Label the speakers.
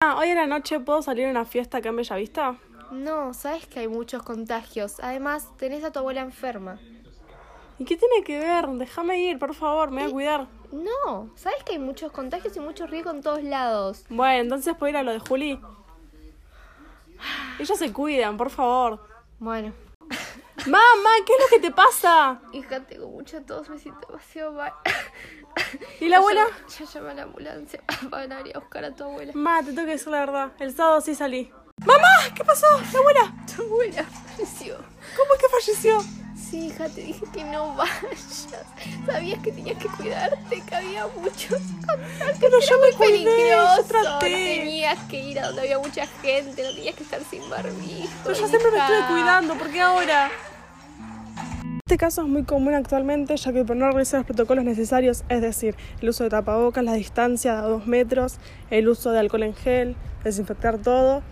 Speaker 1: Ah, hoy en la noche puedo salir a una fiesta acá en Bellavista.
Speaker 2: No, sabes que hay muchos contagios. Además, tenés a tu abuela enferma.
Speaker 1: ¿Y qué tiene que ver? Déjame ir, por favor, me voy a cuidar.
Speaker 2: No, sabes que hay muchos contagios y mucho riesgo en todos lados.
Speaker 1: Bueno, entonces puedo ir a lo de Juli. Ellas se cuidan, por favor.
Speaker 2: Bueno,
Speaker 1: Mamá, ¿qué es lo que te pasa?
Speaker 2: hija, tengo mucha tos, me siento demasiado mal.
Speaker 1: ¿Y la abuela?
Speaker 2: Ya, ya llamé a la ambulancia para ir a buscar a tu abuela.
Speaker 1: Ma, te tengo que decir la verdad. El sábado sí salí. ¡Mamá! ¿Qué pasó? ¿La abuela?
Speaker 2: Tu abuela falleció.
Speaker 1: ¿Cómo es que falleció?
Speaker 2: Sí, hija, te dije que no vayas. Sabías que tenías que cuidarte, que había muchos contagios.
Speaker 1: Pero
Speaker 2: que
Speaker 1: yo
Speaker 2: era
Speaker 1: me
Speaker 2: muy
Speaker 1: cuidé, yo
Speaker 2: peligroso. No
Speaker 1: traté.
Speaker 2: tenías que ir a donde había mucha gente, no tenías que estar sin barbijo.
Speaker 1: Pero yo siempre me
Speaker 2: hija.
Speaker 1: estuve cuidando, ¿por qué ahora? Este caso es muy común actualmente, ya que por no realizar los protocolos necesarios, es decir, el uso de tapabocas, la distancia a dos metros, el uso de alcohol en gel, desinfectar todo,